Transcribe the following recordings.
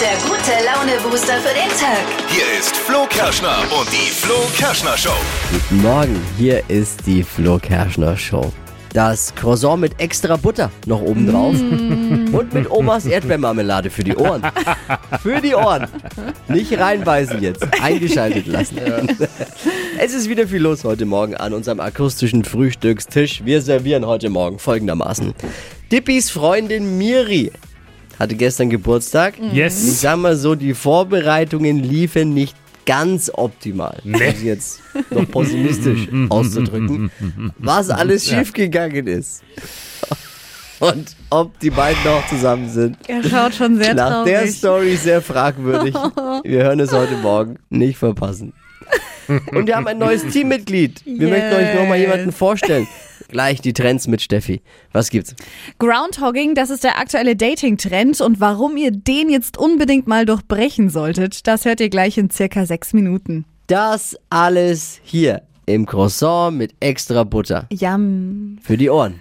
der gute Laune-Booster für den Tag. Hier ist Flo Kerschner und die Flo Kerschner Show. Guten Morgen, hier ist die Flo Kerschner Show. Das Croissant mit extra Butter noch oben drauf und mit Omas Erdbeermarmelade für die Ohren. Für die Ohren. Nicht reinbeißen jetzt, eingeschaltet lassen. Es ist wieder viel los heute Morgen an unserem akustischen Frühstückstisch. Wir servieren heute Morgen folgendermaßen. Dippis Freundin Miri hatte gestern Geburtstag. Ich Yes. sag mal so, die Vorbereitungen liefen nicht ganz optimal, um es jetzt noch pessimistisch auszudrücken, was alles schiefgegangen ist. Und ob die beiden noch zusammen sind, Er schaut schon sehr nach der traurig. Story sehr fragwürdig. Wir hören es heute Morgen nicht verpassen. Und wir haben ein neues Teammitglied. Wir möchten euch nochmal Yes. jemanden vorstellen. Gleich die Trends mit Steffi. Was gibt's? Groundhogging, das ist der aktuelle Dating-Trend und warum ihr den jetzt unbedingt mal durchbrechen solltet, das hört ihr gleich in circa sechs Minuten. Das alles hier im Croissant mit extra Butter. Yum. für die Ohren.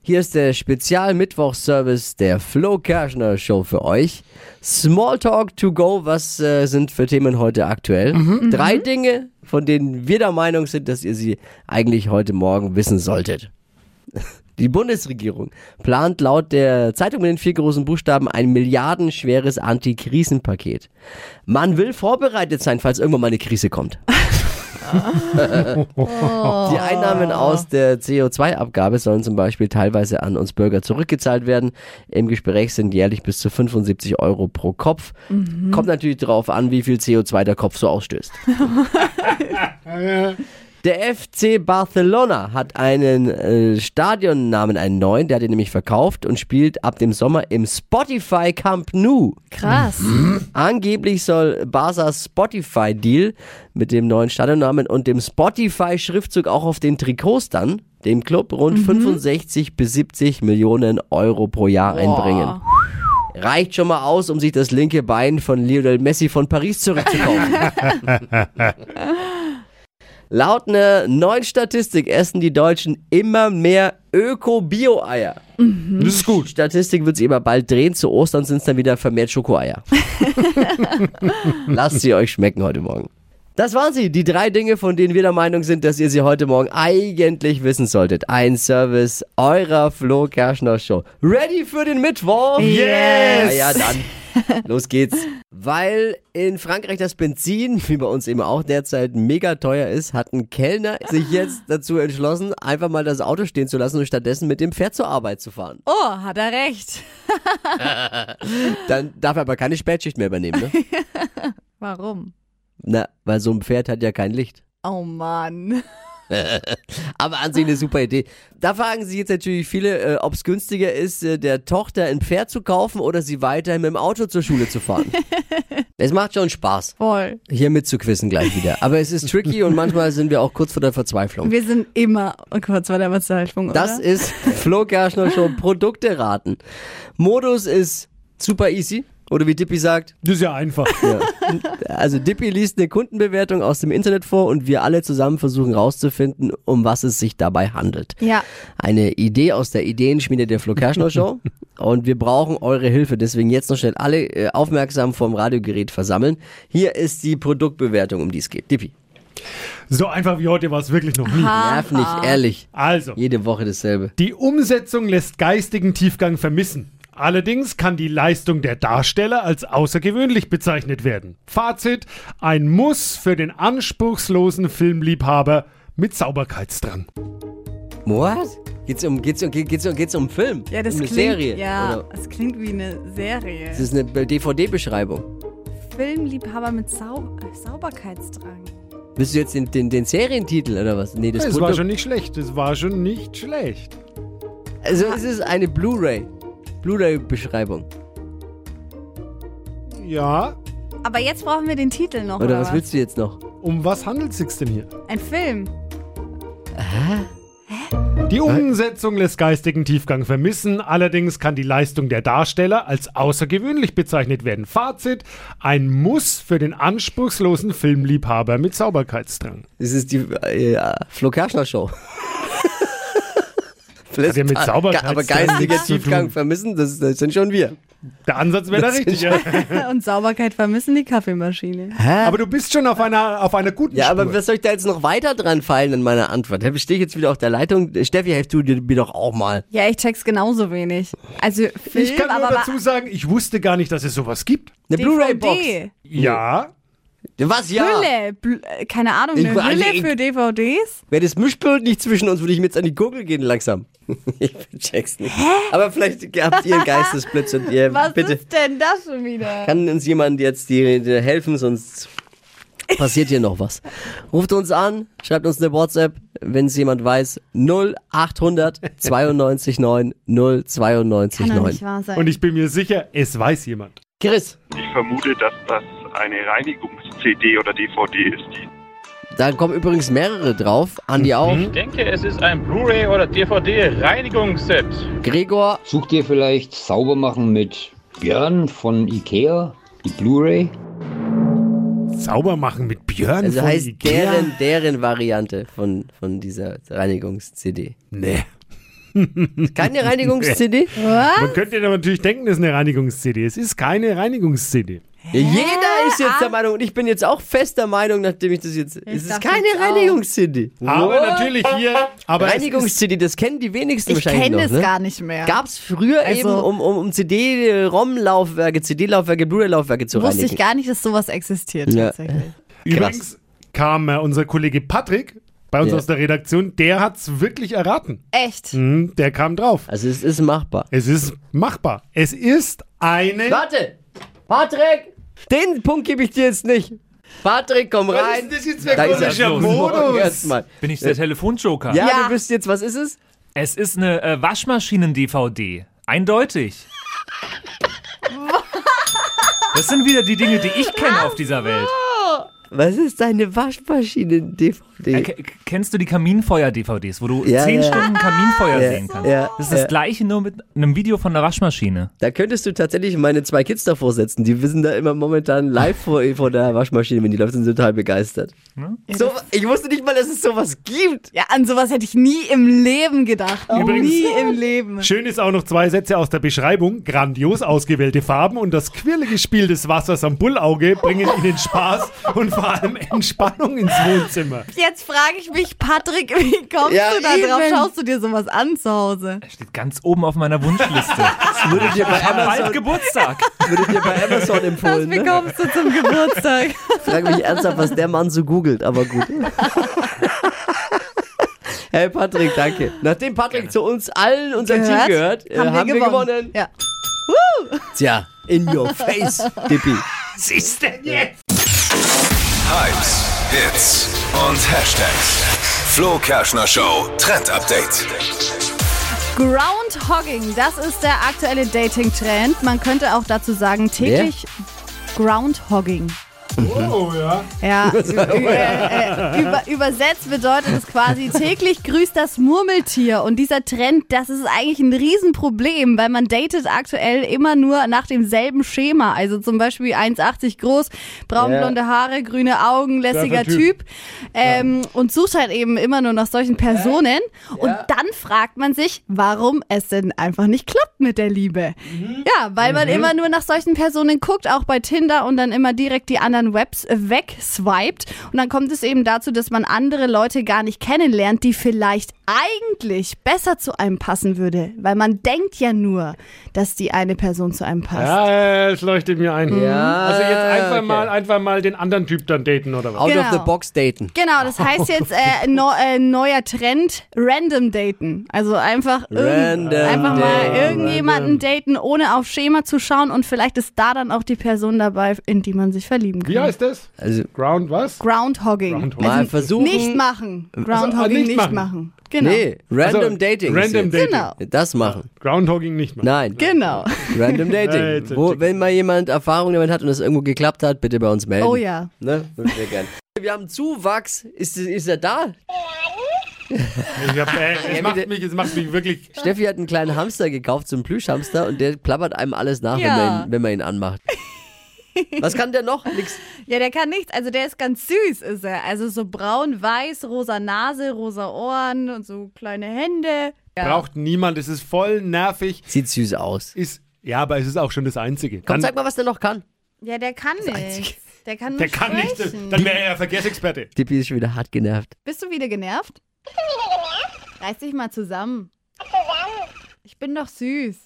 Hier ist der Spezial-Mittwochsservice der Flo Kerschner Show für euch. Smalltalk to go, was äh, sind für Themen heute aktuell? Drei Dinge, von denen wir der Meinung sind, dass ihr sie eigentlich heute Morgen wissen solltet. Die Bundesregierung plant laut der Zeitung mit den vier großen Buchstaben ein milliardenschweres Antikrisenpaket. Man will vorbereitet sein, falls irgendwann mal eine Krise kommt. Die Einnahmen aus der CO2-Abgabe sollen zum Beispiel teilweise an uns Bürger zurückgezahlt werden. Im Gespräch sind jährlich bis zu 75 Euro pro Kopf. Kommt natürlich darauf an, wie viel CO2 der Kopf so ausstößt. Der FC Barcelona hat einen äh, Stadionnamen, einen neuen, der hat ihn nämlich verkauft und spielt ab dem Sommer im Spotify Camp Nou. Krass. Angeblich soll Barsas Spotify-Deal mit dem neuen Stadionnamen und dem Spotify-Schriftzug auch auf den Trikots dann dem Club rund 65 bis 70 Millionen Euro pro Jahr einbringen. Reicht schon mal aus, um sich das linke Bein von Lionel Messi von Paris zurückzukaufen. Laut einer neuen Statistik essen die Deutschen immer mehr Öko-Bio-Eier. Das ist Die gut. Mhm. Statistik wird sich aber bald drehen. Zu Ostern sind es dann wieder vermehrt Schokoeier. Lasst sie euch schmecken heute Morgen. Das waren sie, die drei Dinge, von denen wir der Meinung sind, dass ihr sie heute Morgen eigentlich wissen solltet. Ein Service eurer Flo Kerschner Show. Ready für den Mittwoch? Yes! Ja, ja, dann. Los geht's. Weil in Frankreich das Benzin, wie bei uns eben auch derzeit, mega teuer ist, hat ein Kellner sich jetzt dazu entschlossen, einfach mal das Auto stehen zu lassen und stattdessen mit dem Pferd zur Arbeit zu fahren. Oh, hat er recht. Dann darf er aber keine Spätschicht mehr übernehmen, ne? Warum? Na, weil so ein Pferd hat ja kein Licht. Oh Mann. Aber an Ah. sich eine super Idee. Da fragen sich jetzt natürlich viele, äh, ob es günstiger ist, äh, der Tochter ein Pferd zu kaufen oder sie weiterhin mit dem Auto zur Schule zu fahren. es macht schon Spaß, Voll. hier mitzuquissen gleich wieder. Aber es ist tricky und manchmal sind wir auch kurz vor der Verzweiflung. Wir sind immer oh kurz vor der Verzweiflung, oder? Das ist Flo Kerschner Show Produkte raten. Modus ist super easy. Oder wie Dippy sagt, Das ist ja einfach. Also Dippy liest eine Kundenbewertung aus dem Internet vor und wir alle zusammen versuchen rauszufinden, um was es sich dabei handelt. ja. Eine Idee aus der Ideenschmiede der Flo Kerschner Show und wir brauchen eure Hilfe. Deswegen jetzt noch schnell alle äh, aufmerksam vorm Radiogerät versammeln. Hier ist die Produktbewertung, um die es geht. Dippy, So einfach wie heute war es wirklich noch nie. Ah, nerv nicht, ehrlich. Also, Jede Woche dasselbe. die Umsetzung lässt geistigen Tiefgang vermissen. Allerdings kann die Leistung der Darsteller als außergewöhnlich bezeichnet werden. Fazit, ein Muss für den anspruchslosen Filmliebhaber mit Sauberkeitsdrang. What? Geht's um, geht's um, geht's um, geht's um einen Film? Ja, das um eine klingt, Serie? Ja, Oder? es klingt wie eine Serie. Das ist eine DVD-Beschreibung. Filmliebhaber mit Sau äh, Sauberkeitsdrang. Willst du jetzt den, den, den Serientitel oder was? Nee, das Es war Produkt- schon nicht schlecht, es war schon nicht schlecht. Also es ist eine Blu-ray. Blu-ray-Beschreibung. Ja, Aber jetzt brauchen wir den Titel noch. Oder Oder, was willst du jetzt noch? um was handelt es sich denn hier? Ein Film. Die Umsetzung lässt geistigen Tiefgang vermissen, allerdings kann die Leistung der Darsteller als außergewöhnlich bezeichnet werden. Fazit, ein Muss für den anspruchslosen Filmliebhaber mit Sauberkeitsdrang. Es ist die äh, Flo Kerschner Show. Flist, ja mit Sauberkeit aber gar geistiger nichts zu Tiefgang tun. vermissen, das, das sind schon wir. Der Ansatz wäre da Das ist richtig. Ja. Und Sauberkeit vermissen die Kaffeemaschine. Hä? Aber du bist schon auf einer, auf einer guten ja, Spur. aber was soll ich da jetzt noch weiter dran fallen in meiner Antwort? Hä, Stehe ich jetzt wieder auf der Leitung? Steffi, helf du dir mir doch auch mal. Ja, ich check's genauso wenig. Also Film, ich kann nur aber dazu sagen, ich wusste gar nicht, dass es sowas gibt. Eine Blu-ray-Box. DVD, Ja, Was, ja? Hülle, Bl- äh, keine Ahnung, Ich- eine Hülle ich- für DVDs? Wäre das Mischpult nicht zwischen uns, würde ich mir jetzt an die Gurgel gehen langsam. ich check's nicht. Aber vielleicht habt ihr einen Geistesblitz und ihr, Was bitte, ist denn das schon wieder? kann uns jemand jetzt die, die helfen, sonst passiert hier noch was. Ruft uns an, schreibt uns eine WhatsApp, wenn es jemand weiß, 0800 92 9 092 Kann doch nicht 9. wahr sein. und ich bin mir sicher, es weiß jemand. Chris, Ich vermute, dass das eine Reinigungs-CD oder DVD ist, die da kommen übrigens mehrere drauf. Mhm. Andi auch, Ich denke, es ist ein Blu-ray oder DVD-Reinigungsset. Gregor Such dir vielleicht Saubermachen mit Björn von Ikea, die Blu-ray. Sauber machen mit Björn Also von heißt Ikea? deren, deren Variante von, von dieser Reinigungs-CD. Nee. Keine Reinigungs-CD? Man könnte ja natürlich denken, es ist eine Reinigungs-CD. Es ist keine Reinigungs-CD. Jeder ist jetzt der Meinung, und ich bin jetzt auch fest der Meinung, nachdem ich das jetzt. es ist Ah. dachte keine jetzt auch. Reinigungs-CD. Aber natürlich hier. Aber es ist- Reinigungs-CD, das kennen die wenigsten ich wahrscheinlich. kenne noch, es ne? gar nicht mehr. Gab es früher Also- eben, um, um, um CD-ROM-Laufwerke, CD-Laufwerke, Blu-ray-Laufwerke zu Wusste reinigen. ich gar nicht, dass sowas existiert Ja. tatsächlich. Übrigens kam äh, unser Kollege Patrick bei uns Ja. Äh. aus der Redaktion, der hat's wirklich erraten. Echt? Mhm, der kam drauf. also es ist machbar. Es ist machbar. Es ist eine. Warte! Patrick! Den Punkt gebe ich dir jetzt nicht. Patrick, komm Was rein. ist das jetzt für Da ein ist er. komischer Guten Morgen Modus? erstmal. Bin ich der Telefonjoker? Ja, Ja. du bist jetzt, was ist es? Es ist eine äh, Waschmaschinen-DVD. Eindeutig. Das sind wieder die Dinge, die ich kenne auf dieser Welt. Was ist deine Waschmaschine-DVD? Äh, ke- kennst du die Kaminfeuer-DVDs, wo du Ja, ja. 10 Stunden Kaminfeuer Ja, sehen kannst? ja, das ist das ja. gleiche, nur mit einem Video von der Waschmaschine. Da könntest du tatsächlich meine zwei Kids davor setzen. Die wissen da immer momentan live vor, vor der Waschmaschine, wenn die läuft, sind sie total begeistert. So, ich wusste nicht mal, dass es sowas gibt. Ja, an sowas hätte ich nie im Leben gedacht. Oh Übrigens- nie im Leben. Schön ist auch noch zwei Sätze aus der Beschreibung. Grandios ausgewählte Farben und das quirlige Spiel des Wassers am Bullauge bringen Ihnen Spaß und vor allem Entspannung ins Wohnzimmer. Jetzt frage ich mich, Patrick, wie kommst Ja, du da drauf? eben. Schaust du dir sowas an zu Hause? Das steht ganz oben auf meiner Wunschliste. Das würde dir bei Bald Amazon, Geburtstag. würde dir bei Amazon Das empfohlen. Ne? bekommst du zum Geburtstag. Frag mich ernsthaft, was der Mann so googelt, aber gut. Hey Patrick, danke. Nachdem Patrick zu uns allen unser Team gehört, äh, haben, wir gewonnen. Ja. Tja, in your face, Dippi. Hypes, Hits und Hashtags. Flo Kerschner Show Trend Update. Groundhogging, das ist der aktuelle Dating-Trend. Man könnte auch dazu sagen, täglich Groundhogging. Oh ja. Ja, ü- ü- äh, äh, über, übersetzt bedeutet es quasi, täglich grüßt das Murmeltier. Und dieser Trend, das ist eigentlich ein Riesenproblem, weil man datet aktuell immer nur nach demselben Schema. Also zum Beispiel 1,80 groß, braunblonde Haare, grüne Augen, lässiger Dörfer Typ. Typ. Ähm, Und sucht halt eben immer nur nach solchen Personen. Und dann fragt man sich, warum es denn einfach nicht klappt mit der Liebe. Ja, weil Mhm. man immer nur nach solchen Personen guckt, auch bei Tinder und dann immer direkt die anderen Webs äh, wegswiped. Und dann kommt es eben dazu, dass man andere Leute gar nicht kennenlernt, die vielleicht eigentlich besser zu einem passen würde. Weil man denkt ja nur, dass die eine Person zu einem passt. Ja, äh, es leuchtet mir ein. Ja, also jetzt einfach, okay. mal, einfach mal den anderen Typ dann daten oder was? Out Genau. of the box daten. Genau, das heißt jetzt äh, neu- äh, neuer Trend, random daten. Also einfach, irgend, Random einfach mal daten. irgendjemanden daten, ohne auf Schema zu schauen und vielleicht ist da dann auch die Person dabei, in die man sich verlieben kann. Wie heißt das? Also Ground was? Groundhogging. Groundhogging. mal Also versuchen. nicht machen. Groundhogging also nicht, nicht machen. machen. Genau. Nee, random Also, dating. ist Random jetzt. Dating. Genau. Das machen. Groundhogging nicht mehr. Nein. Genau. Random Ja, Dating. jetzt- Wo, wenn mal jemand Erfahrung damit hat und es irgendwo geklappt hat, bitte bei uns melden. Oh ja. Ne? Würden wir gern. Wir haben Zuwachs. Ist, ist er da? Ich hab, äh, es, bitte. macht mich, es macht mich wirklich. Steffi hat einen kleinen Hamster gekauft, so einen Plüschhamster, und der plappert einem alles nach, Ja. wenn, man ihn, wenn man ihn anmacht. Was kann der noch? Nix. Ja, der kann nichts. Also der ist ganz süß, ist er. Also so braun, weiß, rosa Nase, rosa Ohren und so kleine Hände. Braucht niemand. Es ist voll nervig. Sieht süß aus. Ist, ja, aber es ist auch schon das Einzige. Komm, Dann- sag mal, was der noch kann. Ja, der kann nichts. Der kann nur der kann nicht. sprechen. Dann wäre er Vergessexperte. Dippi ist schon wieder hart genervt. Bist du wieder genervt? Reiß dich mal zusammen. Ich bin doch süß.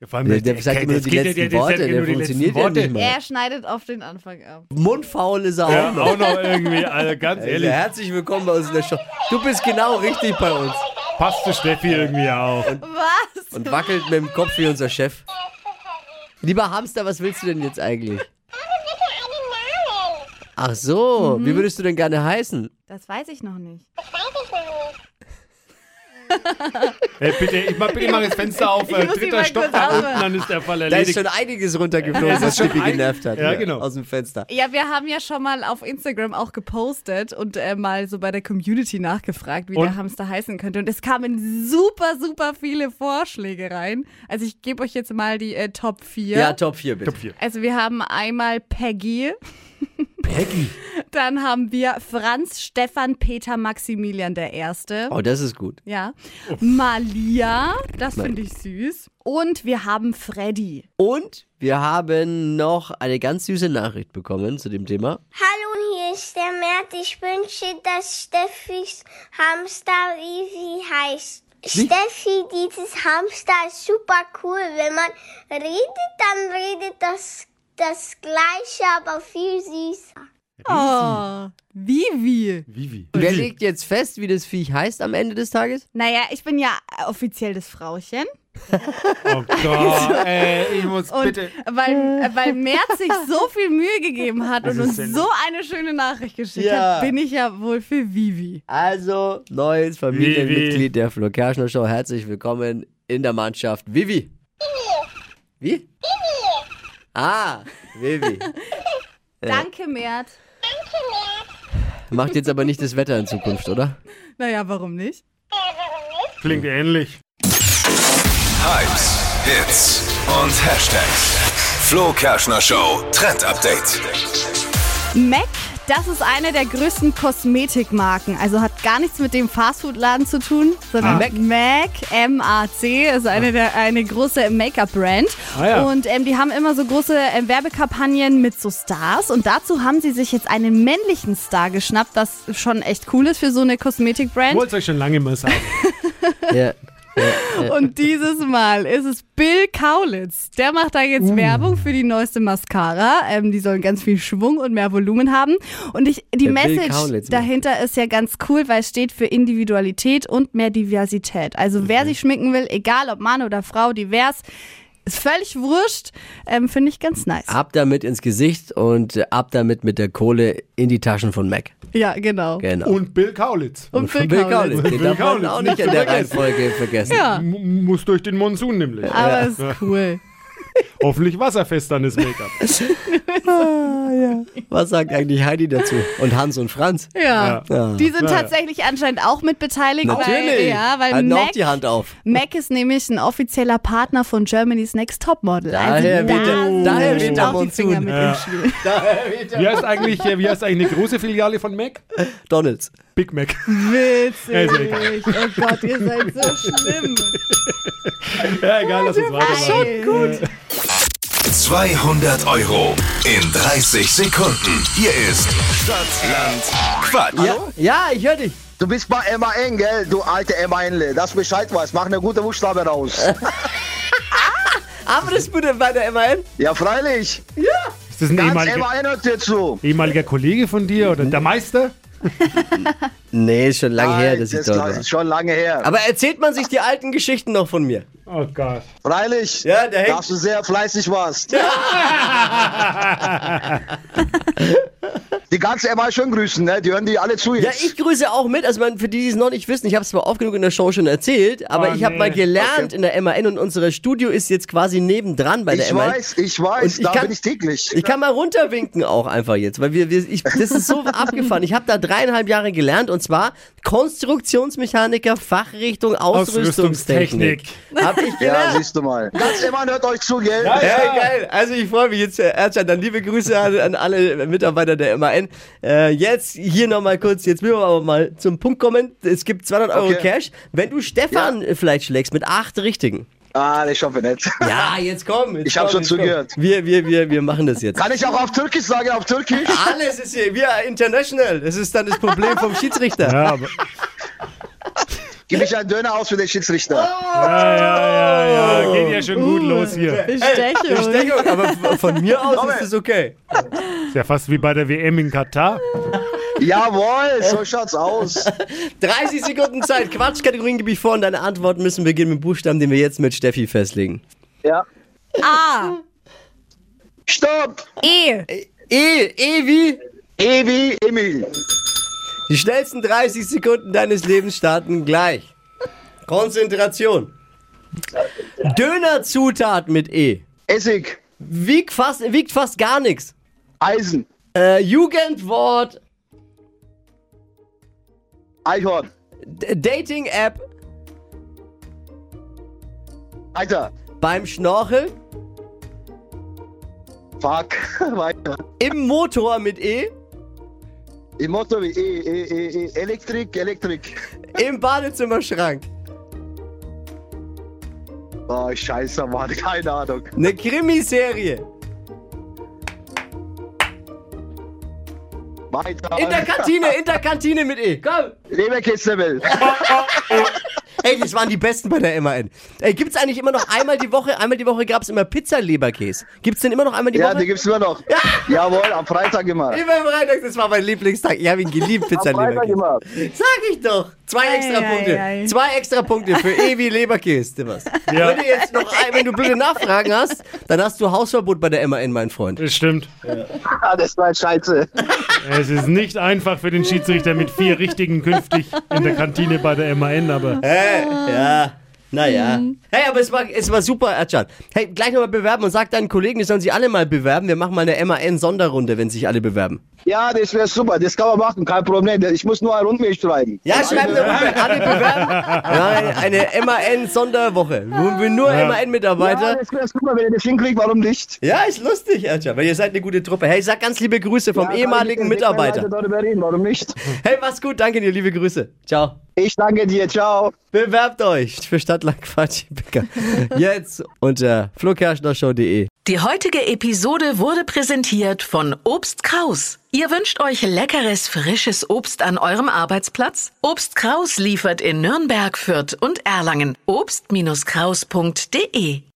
Ja, vor allem, Der, der sagt kennt- immer nur jetzt die geht letzten der- der Worte, sagt der nur die funktioniert letzten ja nicht Worte. mal. Er schneidet auf den Anfang ab. Mundfaul ist er auch Ja, noch. auch noch irgendwie. Also ganz Also, ehrlich, herzlich willkommen bei uns in der Show. Du bist genau richtig bei uns. passt zu Steffi irgendwie auch. Was? Und wackelt mit dem Kopf wie unser Chef. Lieber Hamster, was willst du denn jetzt eigentlich? Ach so, wie würdest du denn gerne heißen? Das weiß ich noch nicht. Hey, bitte, ich mach, bitte mach das Fenster auf. Ich Äh, muss die dritter mal Stock kurz nach aufmachen. unten, dann ist der Fall Da ist erledigt. schon einiges runtergeflogen, was Tippi ein- genervt hat. Ja, hier genau. Aus dem Fenster. Ja, wir haben ja schon mal auf Instagram auch gepostet und äh, mal so bei der Community nachgefragt, wie Und? der Hamster heißen könnte. Und es kamen super, super viele Vorschläge rein. Also ich gebe euch jetzt mal die äh, Top 4. Ja, Top 4 bitte. Top 4. also wir haben einmal Peggy. Peggy. Dann haben wir Franz, Stefan, Peter, Maximilian der Erste. Oh, das ist gut. Ja. Malia, das finde ich süß. Und wir haben Freddy. Und wir haben noch eine ganz süße Nachricht bekommen zu dem Thema. Hallo, hier ist der Mert. Ich wünsche, dass Steffis Hamster wie sie heißt. Steffi, dieses Hamster ist super cool. Wenn man redet, dann redet das das gleiche, aber viel süßer. Oh, Vivi. Vivi. Wer legt jetzt fest, wie das Viech heißt am Ende des Tages? Naja, ich bin ja offiziell das Frauchen. Oh Gott, ey, ich muss Und bitte. weil, weil Mert sich so viel Mühe gegeben hat und ist uns denn- so eine schöne Nachricht geschickt Ja. hat, bin ich ja wohl für Vivi. Also, neues Vivi. Familienmitglied der Flo Kerschner Show. Herzlich willkommen in der Mannschaft. Vivi. Wie? Vivi. Ah, Vivi. Danke, Mert. Macht jetzt aber nicht das Wetter in Zukunft, oder? Naja, warum nicht? Klingt ähnlich. Hypes, Hits und Hashtags. Flo Kerschner Show Trend Update. MAC, das ist eine der größten Kosmetikmarken. Also hat gar nichts mit dem Fastfood-Laden zu tun, sondern Ah. MAC, MAC, M-A-C, ist eine, der, eine große Make-up-Brand. Ah ja. Und ähm, die haben immer so große ähm, Werbekampagnen mit so Stars. Und dazu haben sie sich jetzt einen männlichen Star geschnappt, was schon echt cool ist für so eine Kosmetik-Brand. Wollt's euch schon lange mal sagen. Ja. Und dieses Mal ist es Bill Kaulitz. Der macht da Uh. jetzt Werbung für die neueste Mascara. Ähm, die sollen ganz viel Schwung und mehr Volumen haben. Und ich, Der die Bill Message Kaulitz macht dahinter ist ja ganz cool, weil es steht für Individualität und mehr Diversität. Also Mhm. wer sich schminken will, egal ob Mann oder Frau, divers, ist völlig wurscht. Ähm, Finde ich ganz nice. Ab damit ins Gesicht und ab damit mit der Kohle in die Taschen von Mac. Ja, genau. Genau. Und Bill Kaulitz. Und Von Bill Kaulitz. Den Bill darf man Kaulitz, auch nicht nicht in der vergessen. Reihenfolge vergessen. Ja. M muss durch den Monsun nämlich. Aber ist cool. Hoffentlich wasserfest dann das Make-up. Was sagt eigentlich Heidi dazu? Und Hans und Franz? Ja. Ja. Die sind Ja, ja. tatsächlich anscheinend auch mit beteiligt. Weil, Natürlich. ja, weil Halten auch Mac die Hand auf. Mac ist nämlich ein offizieller Partner von Germany's Next Topmodel. Daher also weht der- da daher sind weht der auch die Monsun. Finger mit Ja. im Spiel. Wie heißt eigentlich, äh, wie heißt eigentlich eine große Filiale von Mac? Donalds. Big Mac. Ja, ist Witzig. Oh Gott, ihr seid so schlimm. Ja, egal, lass uns weitermachen. gut. 200 Euro in 30 Sekunden. Hier ist Stadtland Quatsch. Ja, ich höre dich. Du bist mal Emma Engel, du alte Emma Engel. Das Bescheid weiß. Mach eine gute Buchstabe raus. Aber das bitte weiter immerhin. ja, freilich. Ist das ein Ganz ehemaliger, Emma erinnert dir zu. ehemaliger Kollege von dir oder der Meister? Nee, ist schon lange her, Nein, dass ich das dort ist war. schon lange her. Aber erzählt man sich die alten Geschichten noch von mir? Oh Gott. Freilich, Ja, der hängt- dass du sehr fleißig warst. die ganze Emma schön grüßen, ne? Die hören die alle zu Ja, jetzt. ich grüße auch mit. Also man, für die, die es noch nicht wissen, ich habe es zwar oft genug in der Show schon erzählt, aber Oh, ich habe nee. mal gelernt in der MAN und unser Studio ist jetzt quasi nebendran bei der Ich MAN. weiß, ich weiß, Und ich da kann- bin ich täglich. Ich kann mal runterwinken auch einfach jetzt, weil wir, wir ich, das ist so abgefahren. Ich habe da dreieinhalb Jahre gelernt und zwar Konstruktionsmechaniker, Fachrichtung, Ausrüstungstechnik. Hab ich ja, gelernt. siehst du mal. Ganz Emma hört euch zu, äh, gell? Ja, geil. Also ich freue mich jetzt, Herr Erzschein, dann liebe Grüße an, an alle Mitarbeiter der MAN rein. Äh, jetzt hier nochmal kurz, jetzt müssen wir aber mal zum Punkt kommen. Es gibt 200 Euro Okay. Cash. Wenn du Stefan vielleicht schlägst mit acht richtigen. Ah, ich hoffe nicht. Ja, jetzt komm. Jetzt Ich hab komm, schon jetzt zugehört. Komm. Wir, wir, wir, wir machen das jetzt. Kann ich auch auf Türkisch sagen, auf Türkisch? Alles ist hier, wir international. Das ist dann das Problem vom Schiedsrichter. Ja, aber, Gib ich einen Döner aus für den Schiedsrichter. ja, ja, ja, ja, geht ja schon Uh. gut los hier. Bestechung. Bestechung, aber von mir aus ist es okay. Ist ja fast wie bei der WM in Katar. Jawohl, so schaut's aus. 30 Sekunden Zeit. Quatschkategorien gebe ich vor und deine Antworten müssen beginnen mit Buchstaben, den wir jetzt mit Steffi festlegen. Ja. A. Stopp! E. E, E wie? Evi Emil. Die schnellsten 30 Sekunden deines Lebens starten gleich. Konzentration. Dönerzutat mit E. Essig. Wiegt fast, wiegt fast gar nichts. Eisen. Äh, Jugendwort, Eichhorn. D- Dating-App Weiter. beim Schnorcheln, Fuck. Weiter. im Motor mit E, Im Motto wie E, E, E, E. Elektrik, Elektrik. im Badezimmerschrank. Oh, scheiße, Mann. Keine Ahnung. Eine Krimiserie. Weiter. In der Kantine, in der Kantine mit E. Komm. Leberkäsebel. Ey, das waren die besten bei der MAN. Ey, gibt's eigentlich immer noch einmal die Woche, einmal die Woche gab's immer Pizza-Leberkäse. Gibt's denn immer noch einmal die Ja, Woche? die gibt's immer noch. Jawohl, am Freitag immer. Immer am Freitag, das war mein Lieblingstag. Ich habe ihn geliebt, Pizza Am Freitag Leberkäse. immer. Sag ich doch. Zwei extra ei, Punkte. ei. Zwei extra Punkte für Ewi Leberkäse, Dimmers. Ja. Wenn, du jetzt noch, ein- wenn du blöde Nachfragen hast, dann hast du Hausverbot bei der MAN, mein Freund. Das stimmt. Ah, das war scheiße. Es ist nicht einfach für den Schiedsrichter mit vier Richtigen künftig in der Kantine bei der MAN, aber Hey, ja. Naja. Hey, aber es war, es war super, Ercan. Hey, gleich nochmal bewerben und sag deinen Kollegen, die sollen sich alle mal bewerben. Wir machen mal eine MAN-Sonderrunde, wenn sich alle bewerben. Ja, das wäre super. Das kann man machen. Kein Problem. Ich muss nur ein Rundmail schreiben. Ja, schreib eine Runde, alle bewerben. Ja, eine MAN-Sonderwoche. Wo wir nur Ja. Ja, MAN-Mitarbeiter. das wäre super, wenn ihr das hinkriegt. Warum nicht? Ja, ist lustig, Ercan, weil ihr seid eine gute Truppe. Hey, sag ganz liebe Grüße vom Ja, ehemaligen wir können Mitarbeiter. weiter darüber reden. Warum nicht? Hey, mach's gut, danke dir, liebe Grüße. Ciao. Ich danke dir. Ciao. Bewerbt euch für Stadtlandquatsch im Bäcker. Jetzt unter flokerschnershow.de. Die heutige Episode wurde präsentiert von Obst Kraus. Ihr wünscht euch leckeres, frisches Obst an eurem Arbeitsplatz? Obst E. Kraus liefert in Nürnberg, Fürth und Erlangen. Obst-Kraus.de